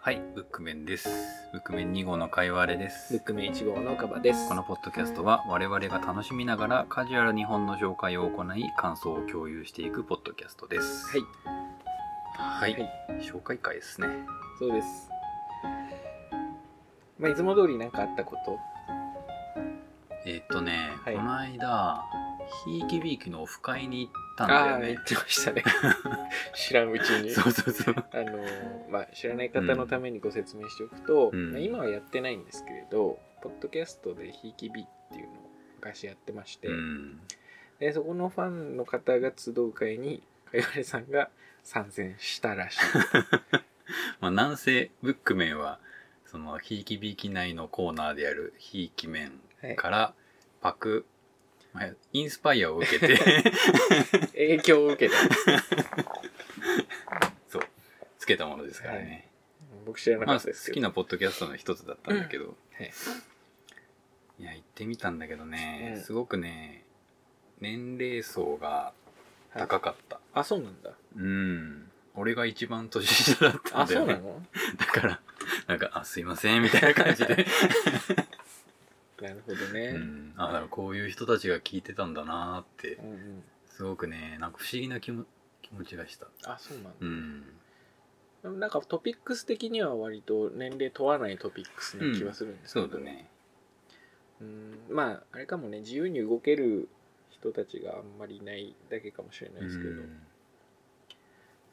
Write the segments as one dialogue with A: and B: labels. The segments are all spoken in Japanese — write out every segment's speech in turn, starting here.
A: はい、ブックメンです。ブックメン2号のかいわれで
B: ブッ
A: す。
B: クメン1号の岡場です。
A: このポッドキャストは我々が楽しみながらカジュアル日本の紹介を行い感想を共有していくポッドキャストです。
B: はい、
A: はい。
B: はい
A: 紹介会ですね。
B: そうです。まあ、いつも通り何かあったこと。
A: えーっとね、
B: はい
A: この間、ひいきびいきのオフ会に行ったんだ
B: ああ
A: よ
B: ー、言
A: ね
B: っ。てまし たね。知らんうちに。
A: そうそうそう。
B: あのーまあ、知らない方のためにご説明しておくと、
A: うん
B: まあ、今はやってないんですけれど、ポッドキャストでひいきびっていうのを昔やってまして、
A: うん。
B: でそこのファンの方が集う会に、かよれさんが参戦したらしい。
A: まあ、なんせブックメンはそのひいきびいき内のコーナーであるひいき麺
B: は い
A: からパク、まあインスパイアを受けて
B: 影響を受けた。
A: そうつけたものですからね、
B: 僕知らな
A: ま
B: か
A: あ、
B: った
A: 好
B: ですけ
A: き
B: ど。
A: なポッドキャストの一つだったんだけど、
B: はい
A: いや行ってみたんだけどね、
B: うん
A: すごくね年齢層が高かった、
B: あ、そうなんだ。
A: うん俺が一番年下だった
B: あ、
A: んだ
B: そ
A: よ
B: うな
A: ね
B: の
A: だからなんか「あすいません」みたいな感じ で、
B: なるほど
A: う
B: ね。
A: ん、あだからこういう人たちが聞いてたんだなーって
B: うんうん。
A: すごくね、なんか不思議な気も気持ちがした。
B: あ、そうなんだ。
A: うん。
B: でもなんかトピックス的には割と年齢問わないトピックスな気はするんですけ
A: そ
B: ど、
A: うだね。
B: うんまああれかもね自由に動ける人たちがあんまりいないだけかもしれないですけど、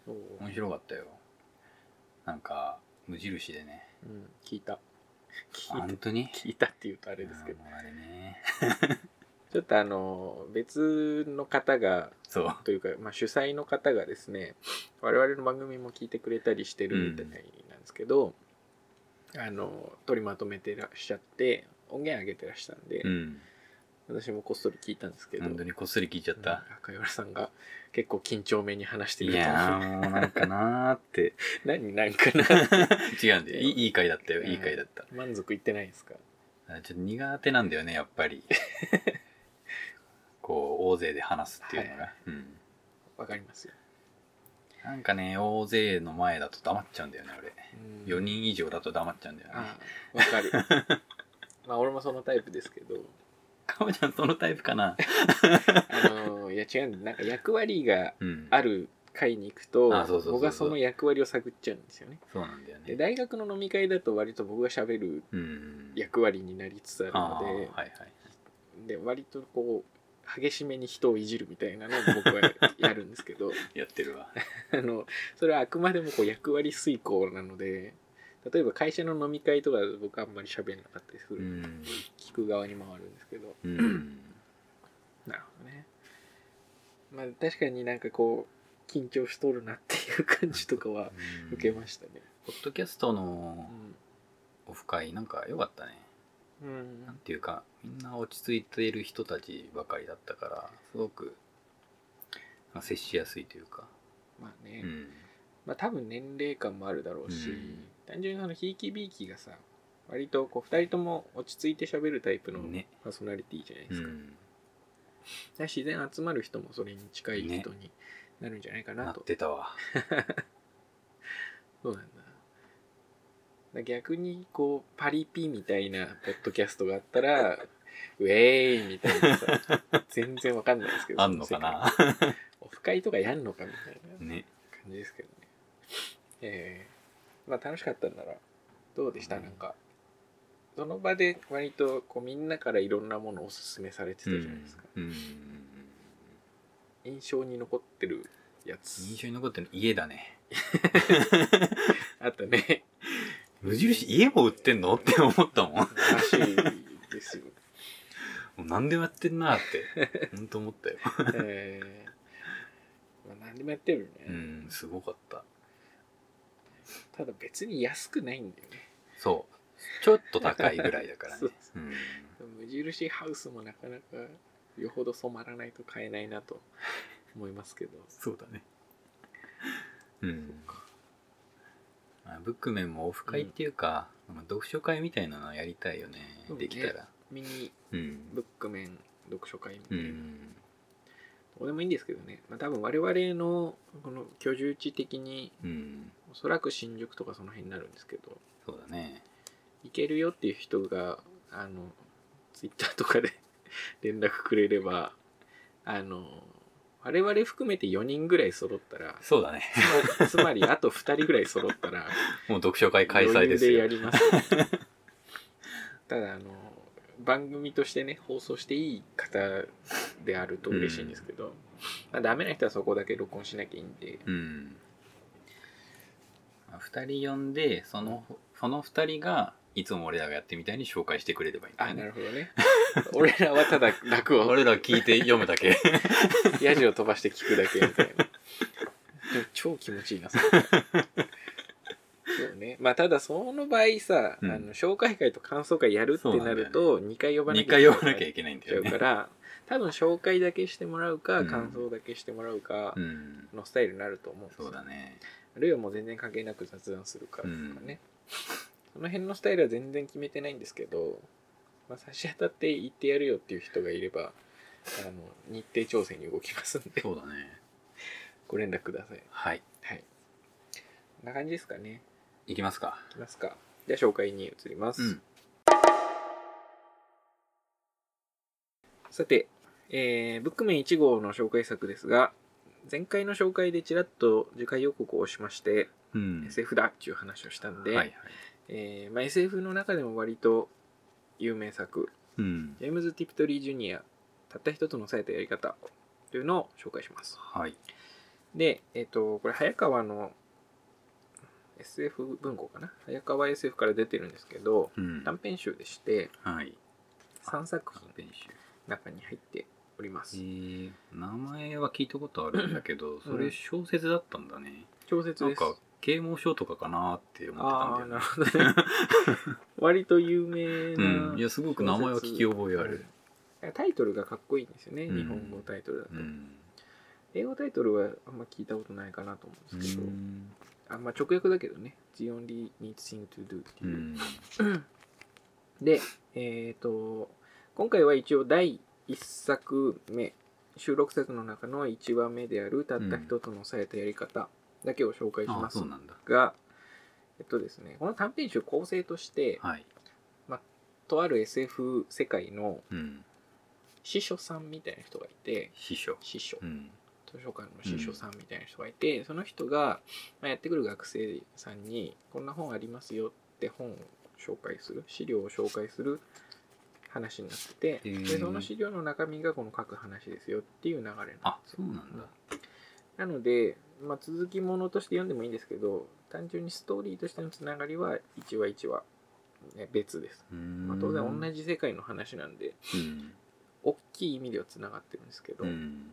B: そう、
A: うん面白かったよ。なんか、無印でね。
B: うん、聞いた聞い
A: 本
B: た
A: 当に
B: 聞いたっていうとあ
A: あ
B: れですけど
A: もうあれね。
B: ちょっとあの別の方が
A: そう。
B: というか、まあ、主催の方がですね我々の番組も聞いてくれたりしてるみたいなんですけど、あの取りまとめてらっしゃって音源上げてらっしゃったんで、
A: うん。
B: 私もこっそり聞いたんですけど
A: 本当にこっそり聞いちゃっ
B: うん
A: た。
B: 赤岩さんが結構緊張めに話して
A: い
B: ると思
A: や
B: う
A: ー、もうなんかなーって。
B: 何なんかな
A: 違うんで、いいいい回だったよ。いい回だった。
B: 満足いってないですか
A: あちょっと苦手なんだよね、やっぱ り。こう、大勢で話すっていうのが。うん。
B: わかりますよ
A: なんかね、大勢の前だと黙っちゃうんだよね、俺。4
B: うん
A: 人以上だと黙っちゃうんだよね
B: ああわかる まあ俺もそのタイプですけど
A: かおちゃんそのタイプかな
B: あのいや違うんだなんか役割が
A: うん
B: ある会に行くと
A: あそうそうそうそう
B: 僕はその役割を探っちゃうんですよね
A: そうなんだよ
B: で
A: ね
B: 大学の飲み会だと割と僕が喋る
A: うん
B: 役割になりつつある
A: あー
B: の
A: は
B: で
A: いはい
B: で割とこう激しめに人をいじるみたいなのを僕は やるんですけど
A: やって るわ
B: あのそれはあくまでもこう役割遂行なので例えば会社の飲み会とか僕あんまり喋んなかったりす
A: う
B: る、
A: ん、
B: 聞く側に回るんですけど
A: うん、
B: なるほどねまあ確かになんかこう緊張しとるなっていう感じとかは受けましたね
A: ポッドキャストの
B: う
A: オフ会なんか良かったね
B: ん、うん
A: なんていうかみんな落ち着いている人たちばかりだったからすごくまあ接しやすいというか、
B: まあ
A: う
B: ね、
A: ん、
B: まあ多分年齢感もあるだろうし、
A: うん
B: 単純にそのひいきびいきがさ割とこう2人とも落ち着いて喋るタイプの
A: ね
B: パーソナリティじゃないで
A: う
B: すか、
A: ん、
B: だし自然集まる人もそれに近い
A: ね
B: 人になるんじゃないか
A: な
B: な
A: っ
B: と、
A: てたわ
B: そうなんだだ逆にこうパリピみたいなポッドキャストがあったら ウェーイみた いなさ全然わかんないですけど
A: あんのかな
B: 世界オフ会とかやんのかみたいな
A: ね
B: 感じですけどねええまあ楽しかったんならどうでした、
A: うん
B: なんかその場で割とこうみんなからいろんなものをおすすめされてたじゃないですか、
A: うんうん
B: 印象に残ってるやつ
A: 印象に残ってるの家だね
B: あった ね
A: 無印家も売ってんのって思ったもん
B: らしいですよ、
A: もう何でもやってんなって、ほんと思 ったよ。
B: えーまあ、何でもやってるよね、
A: うん、すごかった。
B: ただ別に安くないんだよね
A: そう。ちょっと高いぐらいだから ね
B: そう。
A: うん、
B: 無印ハウスもなかなかよほど染まらないと買えないなと思いますけど
A: そうだね。うん。まあ、ブックメンもオフ会っていうか、まあ読書会みたいなのやりたいよね。
B: そうね
A: できたら。
B: ミニ
A: うん。
B: ブックメン読書会み
A: う
B: たいな、
A: ん。
B: どうでもいいんですけどね、まあ、多分我々のこの居住地的に
A: うん。
B: おそらく新宿とかその辺になるんですけど
A: そうだね
B: 行けるよっていう人があのツイッターとかで 連絡くれればあの我々含めて4人ぐらい揃ったら
A: そうだね
B: つまつまりあと2人ぐらい揃ったら
A: もう読書会開催です
B: 余裕や
A: よ
B: りますただあの番組としてね放送していい方であると嬉しいんですけど、まあ、ダメな人はそこだけ録音しなきゃいいんで
A: うん2人呼んでそのその2人がいつも俺らがやってみたいに紹介してくれればいいんだ
B: あ
A: よ
B: な
A: ね
B: るほどね俺らはただ楽を
A: 俺ら聞いて読むだけ
B: ヤジを飛ばして聞くだけみたいな。でも超気持ちいいな、それそうね。まあ、ただ、その場合さ、
A: うん
B: あの紹介会と感想会やるってなると、2回呼ばな
A: 2
B: きゃ
A: 回読まなきゃ
B: い
A: いけないんだ
B: けな
A: よ
B: くな
A: ね
B: っちゃうから、多分紹介だけしてもらうか、
A: うん
B: 感想だけしてもらうか
A: う、ん
B: のスタイルになると思うんですよ
A: そうだね
B: あるいはもう全然関係なく雑談するかとかね、その辺のスタイルは全然決めてないんですけど、まあ、差し当たって行ってやるよっていう人がいればあの日程調整に動きますんで
A: そうだね
B: ご連絡ください
A: はい
B: はいこんな感じですかね
A: いきますか
B: いきますかじゃあ紹介に移ります、
A: うん
B: さて、えーブックメン1号の紹介作ですが前回の紹介でちらっと次回予告をしまして、
A: うん、
B: SF だっていう話をしたんで、
A: はいはい
B: えーまあ、SF の中でも割と有名作
A: うん
B: ジェームズ・ティプトリー・ジュニアたった一つの冴えたやり方というのを紹介します
A: はい
B: で、えっとこれ早川の SF 文庫かな早川 SF から出てるんですけど
A: うん
B: 短編集でして
A: はい
B: 3作
A: 短
B: 品
A: 編集
B: 中に入っておりま
A: え
B: す
A: ー、名前は聞いたことあるんだけど、それ小説だったんだね。
B: 小説
A: な
B: で
A: ん
B: す
A: か啓蒙書とかかなーって思ってたんだ
B: ああ
A: よ
B: ー
A: ね
B: なる。ほどね 割と有名な、
A: うん、いやすごく名前は聞き覚えある。
B: うんタイトルがかっこいいんですよね、
A: うん
B: 日本語タイトルだと、
A: うん。
B: 英語タイトルはあんま聞いたことないかなと思
A: う
B: う
A: ん
B: ですけど、
A: ん。
B: あんま直訳だけどね「The Only Neat Thing to Do」って
A: う
B: いう、
A: ん
B: でえっ、と今回は一応第1作目収録作の中の1話目である「たった一つのされたやり方」だけを紹介し
A: あ
B: ま
A: あ、
B: す
A: そうなんだ。
B: が、えっとですねこの短編集構成として
A: はい。
B: とある SF 世界の
A: うん。
B: 司書さんみたいな人がいて
A: 師匠。
B: 司書
A: うん。
B: 図書館の司書さんみたいな人がいて、その人が、まあ、やってくる学生さんに「こんな本ありますよ」って本を紹介する資料を紹介する話になってて、
A: へー
B: でその資料の中身がこの書く話ですよっていう流れなんです
A: あ、そうなんだ。
B: なので、まあ、続きものとして読んでもいいんですけど単純にストーリーとしてのつながりは1話1話、ね、別です、
A: うん。
B: まあ、当然同じ世界の話なんで
A: うん。
B: 大きい意味ではつながってるんですけど、
A: うん。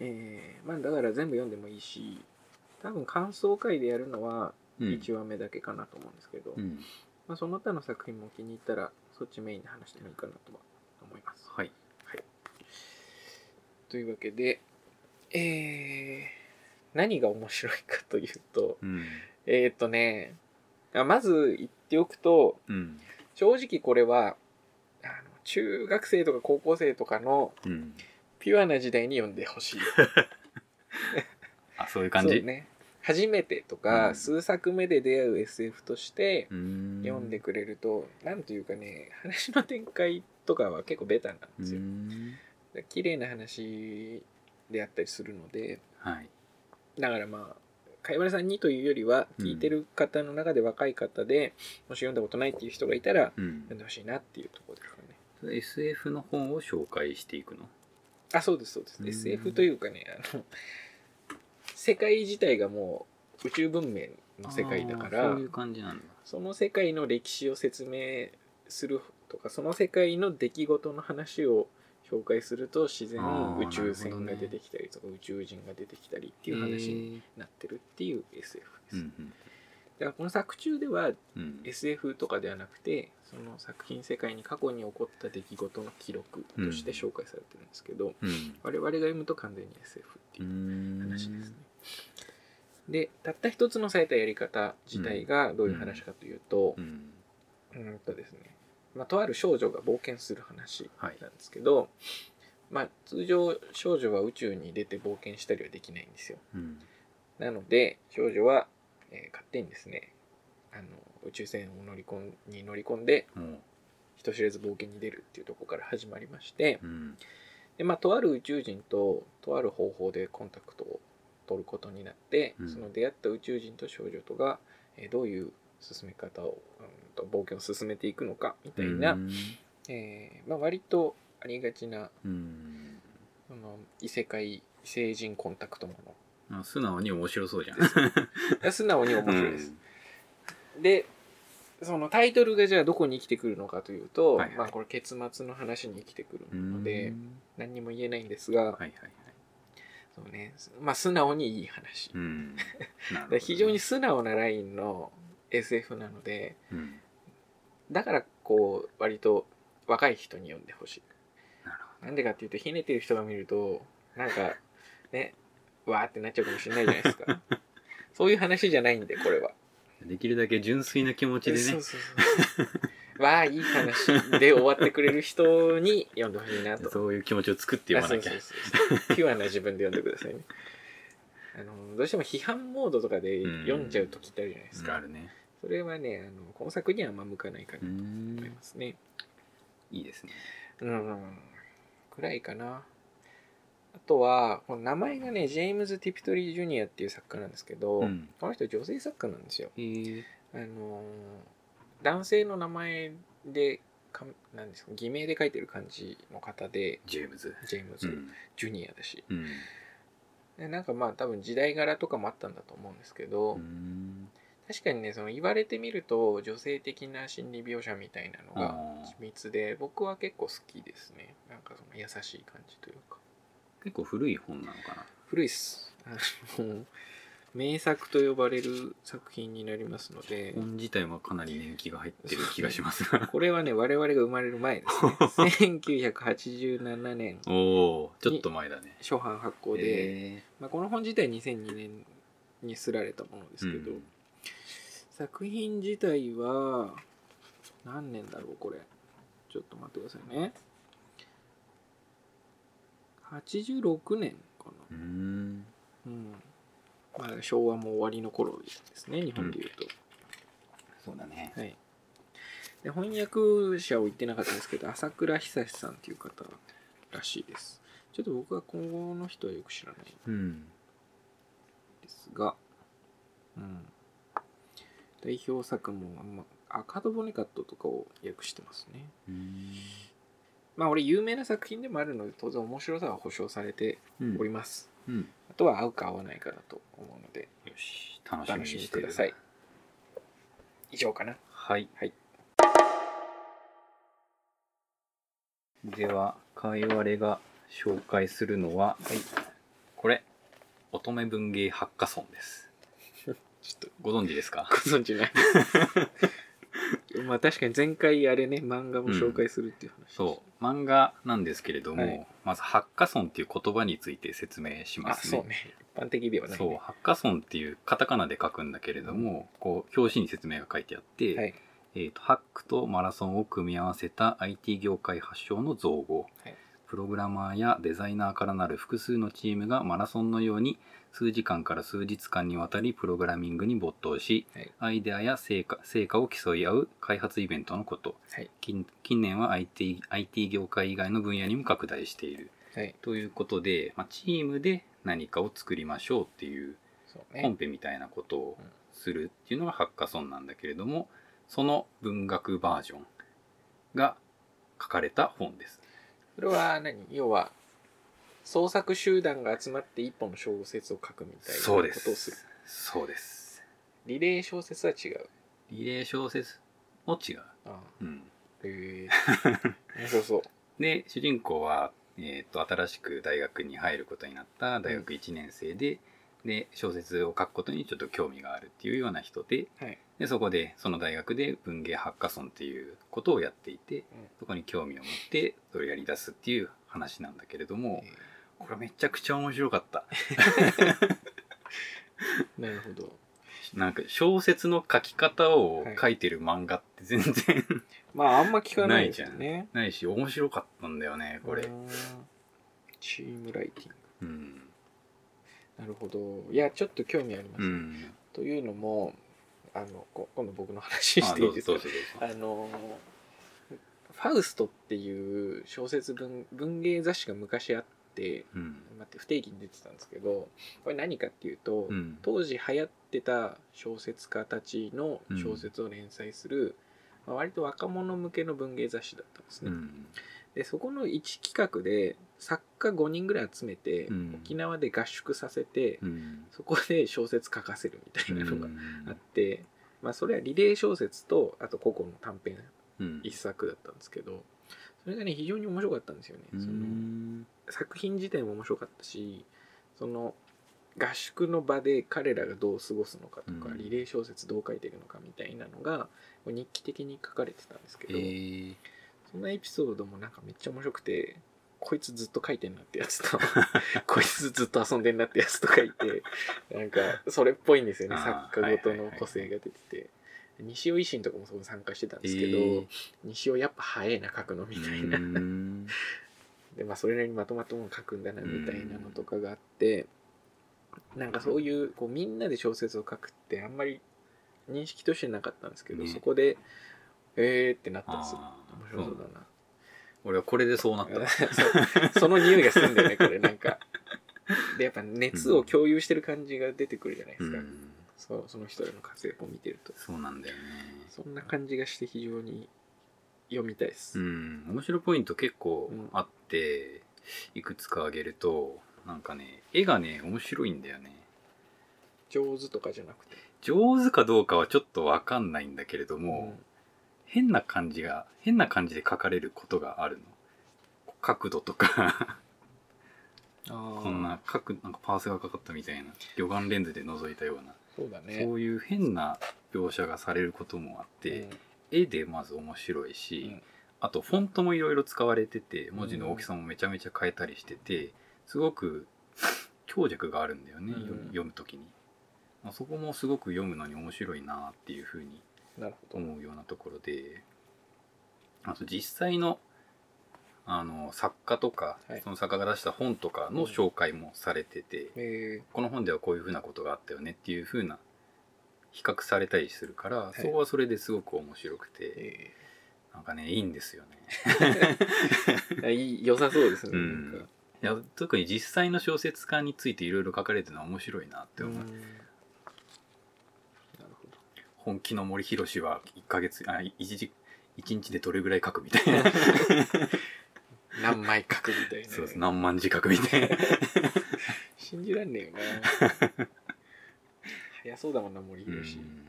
B: えーまあだから全部読んでもいいし多分感想会でやるのは
A: うん。
B: 1話目だけかなと思うんですけど、
A: うん。
B: まあ、その他の作品も気に入ったらそっちメインで話してもいいかなとは思います。
A: はい。
B: というわけで、えー何が面白いかというと
A: うん。
B: えーっとねあまず言っておくと
A: うん。
B: 正直これはあの中学生とか高校生とかの
A: うん。
B: ピュアな時代に読んでほしい。
A: あ、そういう感じ
B: そう。ね初めてとか、
A: うん
B: 数作目で出会う SF として
A: うん。
B: 読んでくれると、なんというかね話の展開とかは結構ベタなん
A: う
B: ですよ、
A: ん。
B: だから綺麗な話であったりするので
A: はい。
B: だからまあ貝原さんにというよりは
A: うん
B: 聞いてる方の中で若い方で、もし読んだことないっていう人がいたら
A: うん
B: 読ん。でほしいなっていうところですかね
A: SF の本を紹介していくの
B: あそうですそうです、
A: うん
B: SF というかねあの世界自体がもう宇宙文明の世界だから
A: あーそういう感じなんだ。
B: その世界の歴史を説明するとかその世界の出来事の話を紹介すると自然
A: あー
B: 宇宙
A: なるほ
B: 船
A: ど
B: が
A: ね
B: 出てきたりとか、宇宙人が出てきたりっていう話に
A: に。
B: なってるっていう SF です、
A: う
B: だ
A: ん。
B: からこの作中では
A: うん
B: SF とかではなくてその作品世界に過去に起こった出来事の記録として紹介されてるんですけど、
A: うん。
B: 我々が読むと完全に SF っていう
A: うーん
B: 話ですね。でたった一つのされたやり方自体がどういう話かというと、
A: うん。
B: うんとですね、まあ、とある少女が冒険する話
A: はい
B: なんですけど、まあ、通常少女は宇宙に出て冒険したりはできないんですよ
A: うん。
B: なので少女はえー勝手にですねあの宇宙船を乗り込んに乗り込んで
A: も
B: 人知れず冒険に出るっていうところから始まりまして
A: う、うん、
B: で、まあ、とある宇宙人ととある方法でコンタクトを取ることになって、
A: うん
B: その出会った宇宙人と少女とが、えーどういう進め方を、うん、と冒険を進めていくのかみたいな、
A: うん
B: えーまあ、割とありがちな
A: うん
B: その異世界異星人コンタクトもの
A: あ素直に面白そうじゃん
B: いや素直に面白いです、でそのタイトルがじゃあどこに生きてくるのかというと、
A: はいはい
B: まあこれ結末の話に生きてく
A: う
B: る
A: ん
B: の
A: う
B: で
A: ん
B: 何にも言えないんですが、
A: はいはいはい
B: そうねまあ素直にいい話、
A: うんなるほど
B: で
A: ね
B: 非常に素直なラインの SF なので
A: うん
B: だからこう割と若い人に読んでほし
A: なるほ
B: いなんでかっていうとひねってる人が見るとなんかねわーってなっちゃうかもしれないじゃないで すかそういう話じゃないんでこれは
A: どできるだけ純粋な気持ちで
B: そ
A: ね
B: うそうそうわあいい話で終わってくれる人に読んでほしいなと
A: そういう気持ちを作って言わなきゃ
B: あそうそうそうピュアな自分で読んでくださいねあのどうしても批判モードとかで読んじゃう時ってあるじゃないです
A: うん
B: か、
A: あるね
B: それはねあのこの作にはあんま向かないかな
A: う
B: と思い
A: ん
B: ますね
A: いいですね
B: うんくらいかなあとはこの名前がねジェームズ・ティピトリー・ジュニアっていう作家なんですけど、
A: うん
B: この人女性作家なんですよ
A: へえ
B: あのー男性の名前でかなんですか偽名で書いてる感じの方で
A: ジェームズ
B: ジェーム
A: う
B: ズ・
A: ん
B: ジュニアだし、
A: うん
B: でなんかまあ多分時代柄とかもあったんだと思うんですけど、
A: うん
B: 確かにねその言われてみると女性的な心理描写みたいなの
A: あ
B: が
A: ー
B: 緻密で僕は結構好きですねなんかその優しい感じというか
A: 結構古い本なのかな
B: 古いっすあの名作と呼ばれる作品になりますので、
A: 本自体はかなり年季が入ってる気がしますが
B: これはね我々が生まれる前ですね1987年
A: お おちょっと前だね
B: 初版発行で、
A: へえ
B: まあ、この本自体2002年に刷られたものですけど、
A: うん
B: 作品自体は何年だろうこれちょっと待ってくださいね86年か
A: う
B: な、
A: ん
B: うんまあ、昭和も終わりの頃ですね日本でいうと、
A: そうだね
B: はい、で翻訳者を言ってなかったんですけど朝倉久志さんっていう方らしいですちょっと僕は今後の人はよく知らない
A: うん
B: ですが、うん、代表作もあんまあカードボネカットとかを訳してますね
A: うん
B: まあ俺有名な作品でもあるので当然面白さは保証されております、
A: うん
B: あとは合うか合わないかだと思うので
A: よし楽しみ
B: 楽
A: に
B: しみに
A: し
B: してて
A: る
B: ください以上かな
A: はい、
B: はい
A: ではかいわれが紹介するのは、これ乙女文芸ハッカソンです
B: ちょっと
A: ご存知ですか
B: ご存知ないまあ確かに前回あれね漫画も紹介するっていう話、
A: そう漫画なんですけれども、
B: はい
A: まずハッカソンっていう言葉について説明し
B: あ
A: ます
B: そ
A: ね
B: うね一般的ではない、
A: そう
B: ね、
A: ハッカソンっていうカタカナで書くんだけれども、こう表紙に説明が書いてあって、
B: はい
A: えーとハックとマラソンを組み合わせた IT 業界発祥の造語、
B: はい
A: プログラマーやデザイナーからなる複数のチームがマラソンのように数時間から数日間にわたりプログラミングに没頭し、
B: はい
A: アイデアや成果成果を競い合う開発イベントのこと、
B: はい
A: 近近年は IT, IT 業界以外の分野にも拡大している
B: はい
A: ということで、まあ、チームで何かを作りましょうっていう
B: そう
A: コン
B: ね
A: ペみたいなことを
B: うん
A: するっていうのがハッカソンなんだけれどもその文学バージョンが書かれた本です。
B: それは何要は創作集団が集まって一本の小説を書くみたいなことをする
A: そうです。
B: リレー小説は違う
A: リレー小説も違う。
B: あ
A: うん、
B: あへえ面白そう
A: で主人公は、えー、と新しく大学に入ることになった大学1年生で,、で小説を書くことにちょっと興味があるっていうような人で,、
B: はい
A: でそこでその大学で文芸ハッカソンっていうことをやっていて、そこに興味を持ってそれをやりだすっていう話なんだけれども、
B: え
A: これめちゃくちゃ面白かった。
B: えなるほど
A: なんか小説の書き方を書いてる漫画って全然
B: まああんま聞かないですよね
A: ないし面白かったんだよねこ
B: う
A: れ
B: ー。んチームライティング
A: うん。
B: なるほどいやちょっと興味あります、
A: うん。
B: というのもあのこ今度僕の話していいです
A: あど
B: か
A: うぞどうぞどうぞ
B: あの「ファウスト」っていう小説文文芸雑誌が昔あって
A: うん
B: 待って不定期に出てたんですけどこれ何かっていうと、
A: うん
B: 当時流行ってた小説家たちの小説を連載する、まあ割と若者向けの文芸雑誌だったんです
A: う
B: ね、
A: ん
B: でそこの一企画で作家5人ぐらい集めて、
A: うん
B: 沖縄で合宿させて、
A: うん
B: そこで小説書かせるみた
A: う
B: いなのが
A: ん
B: あって、まあ、それはリレー小説とあと個々の短編
A: うん
B: 一作だったんですけどそれがね非常に面白かったんですよね、
A: う
B: その
A: ん
B: 作品自体も面白かったしその合宿の場で彼らがどう過ごすのかとか、
A: うん
B: リレー小説どう書いてるのかみたいなのがこう日記的に書かれてたんですけ
A: え
B: ど、
A: ー
B: そのエピソードもなんかめっちゃ面白くてこいつずっと書いてんなってやつ とこいつずっと遊んでんなってやつとかいてなんかそれっぽいんですよね
A: あー
B: 作家ごと
A: はいはい
B: の
A: はい
B: 個性が出てて。西尾維新とかもそこに参加してたん
A: え
B: ですけど、
A: ー
B: 西尾やっぱ早いな書くのみたいな、
A: う ん
B: でまあそれなりにまとまったものを書くんだなみたいなのとかがあって、なんかそういうこうみんなで小説を書くってあんまり認識としてなかったんですけど、
A: ね
B: そこでえーってなったんですよ
A: あ
B: 面
A: ー
B: 白そう
A: 俺はこれでそうなった
B: だな そうその匂いがするんだよねこれな んかでやっぱ熱を共有してる感じが出てくるじゃないで
A: う
B: すか、
A: ん
B: そうその人らの活躍を見てると
A: そうなんだよね
B: そんな感じがして非常に読みたいです、
A: うん面白いポイント結構
B: うん
A: あっていくつか挙げるとなんかね絵がね面白いんだよね
B: 上手とかじゃなくて
A: 上手かどうかはちょっとわかんないんだけれども、変な感じが変な感じで描かれることがあるの角度とか
B: うん、
A: こんな角なんかパースがかかったみたいな魚眼レンズで覗いたような、
B: そうだね
A: そういう変な描写がされることもあって、絵でまず面白いし、
B: うん
A: あとフォントもいろいろ使われてて文字の大きさもめちゃめちゃ変えたりしててすごく 強弱があるんだよね、
B: うん
A: 読む読む時に、まあ、そこもすごく読むのに面白いなっていうふうに
B: うんなるほど
A: 思うようなところであと実際のあの作家とか、
B: はい
A: その作家が出した本とかの紹介もされてて、
B: え
A: この本ではこういうふうなことがあったよねっていうふうな比較されたりするから、
B: い
A: そこはそれですごく面白くて、
B: ーえ
A: なんかねいいんですよね。
B: ー、いい良さそうですね、
A: うん
B: なんか
A: いや特に実際の小説家についていろいろ書かれてるのは面白いなって思う、
B: うんなるほど
A: 本気の森博氏は1ヶ月あ一時一日でどれぐらい書くみたい な
B: 何枚書くみたいな
A: そうそう何万字書くみたいな
B: 信じらんねえよな 早そうだもんな森
A: う
B: 博士、
A: ん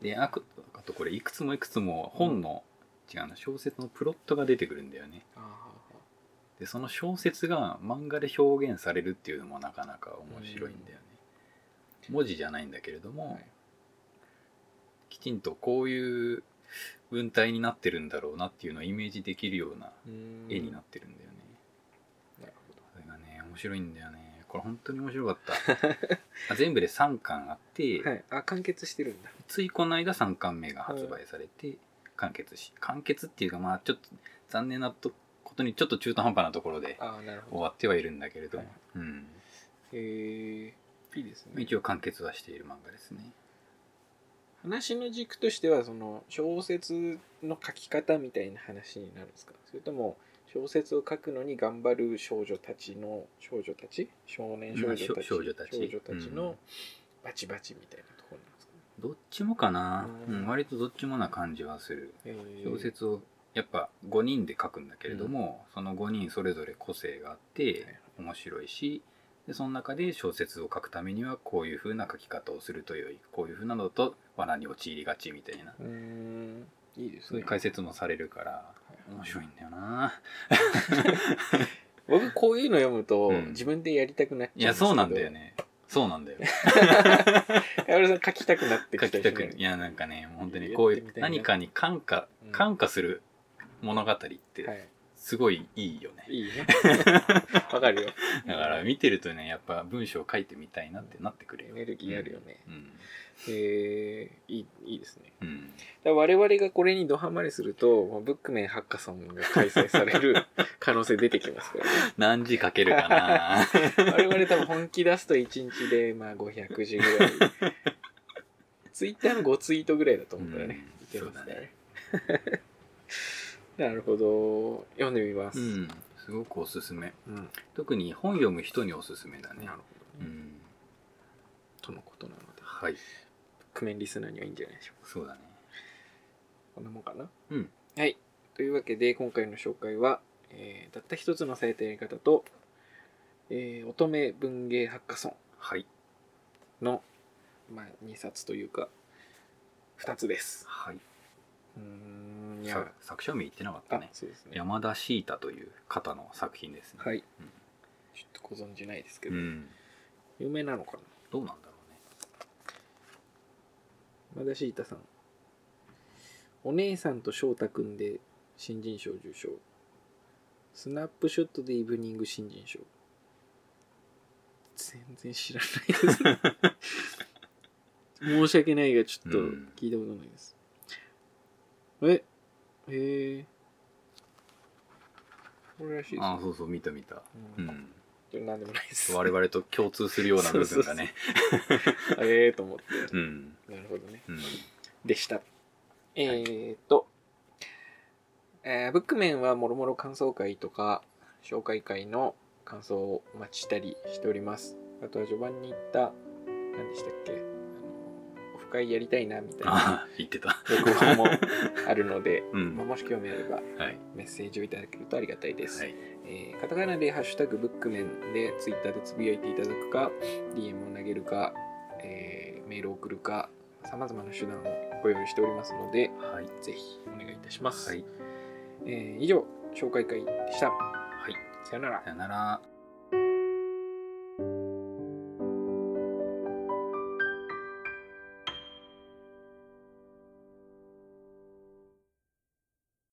A: であくあとこれいくつもいくつも本の、違うな小説のプロットが出てくるんだよね
B: ああ
A: でその小説が漫画で表現されるっていうのもなかなか面白いんだよね、文字じゃないんだけれども、
B: はい
A: きちんとこういう文体になってるんだろうなっていうのをイメージできるような
B: うん
A: 絵になってるんだよね、
B: なるほど
A: それがね面白いんだよねこれ本当に面白かった あ全部で3巻あって、
B: はい、あ完結してるんだ
A: ついこの間3巻目が発売されて、完結し完結っていうかまあちょっと残念なとことにちょっと中途半端なところで
B: ああなるほ
A: 終
B: ど
A: わってはいるんだけれども、
B: はい
A: うん
B: へえいいですね
A: 一応完結はしている漫画ですね
B: 話の軸としてはその小説の書き方みたいな話になるんですかそれとも小説を書くのに頑張る少女たちの少女たち少年少
A: ま
B: 女た
A: あ
B: ち
A: 少女たち
B: 少女たち
A: うん
B: のバチバチみたいなところなんですかね
A: どっちもかな、
B: う
A: うんん割とどっちもな感じはする
B: へー
A: 小説をやっぱ5人で書くんだけれども、その5人それぞれ個性があって
B: はいはい
A: 面白いしでその中で小説を書くためにはこういう風な書き方をするとよいこういう風なのだと罠に陥りがちみたいな
B: うーんいいです
A: そうい
B: ね
A: う解説もされるから
B: い
A: 面白いんだよな
B: 僕こういうの読むと
A: うん
B: 自分でやりたくなっ
A: い
B: ちゃ
A: や
B: うんですけど
A: そうなんだよねそうなんだよ
B: 矢原さん書きたくなって
A: 書
B: き
A: き
B: たり
A: た
B: し
A: く
B: ない
A: いやなんかね本当にこうい
B: や
A: う
B: ってみたいな
A: 何かに感化
B: うん
A: 感化する物語って
B: は
A: すごいいいよね、
B: いい いねわかるよ
A: だから見てるとねやっぱ文章を書いてみたいなってなってくれ
B: エ
A: よ
B: ネルギーあるよね
A: うん
B: へえいいいいですね
A: うん
B: だから我々がこれにドハマりするともうブックメンハッカソンが開催され る可能性出てきますからね
A: 何時かけるか な
B: 我々多分本気出すと1日でまあ500字 ぐらいツイッターの5ツイートぐらいだと思うからね、
A: うん
B: いけますから
A: そうだ
B: ね なるほど読んでみます、
A: うんすごくおすすめ
B: うん
A: 特に本読む人におすすめだね
B: なるほど
A: う
B: ね、
A: ん
B: とのことなので
A: はい
B: クメンリスナーにはいいんじゃないでしょうか
A: そうだね
B: こんなもんかな
A: うん
B: はいというわけで今回の紹介は、えーたった一つのされたやり方と、えー乙女文芸ハッカソン
A: はい
B: の、まあ、2冊というか2つです
A: はい、
B: うーんいや
A: さ作者名言ってなかった
B: あ
A: ね
B: そうですね
A: 山田シータという方の作品ですね、
B: はい、
A: うん
B: ちょっとご存知ないですけ
A: う
B: ど、
A: ん、
B: 有名なのかな
A: どうなんだろうね
B: まだシータさんお姉さんと翔太くんで新人賞受賞スナップショットでイブニング新人賞全然知らないです ね申し訳ないがちょっと
A: うん
B: 聞いたことないです、えへえこれらしいです、
A: ああそうそう見た見たう
B: うん
A: ん
B: ちょっとなんでもないです
A: 我々と共通するような部分がね
B: ええと思って
A: うん
B: なるほどね
A: うん
B: でした。えーっと、えーブックメンはもろもろ感想会とか、紹介会の感想をお待ちしたりしております。あとは序盤に言った、何でしたっけ、あの、オフ会やりたいなみたいな
A: ああ言ってた
B: 録音もあるので、
A: う
B: まあ
A: ん
B: もし興味あれば
A: はい
B: メッセージをいただけるとありがたいです。
A: はい
B: えーカタカナで「ハッシュタグブックメン」でツイッターでつぶやいていただくか DM を投げるか、えーメールを送るかさまざまな手段をご用意しておりますので
A: はい
B: ぜひお願いいたします、
A: はい
B: えー以上紹介会でした
A: はい
B: さよなら
A: さよなら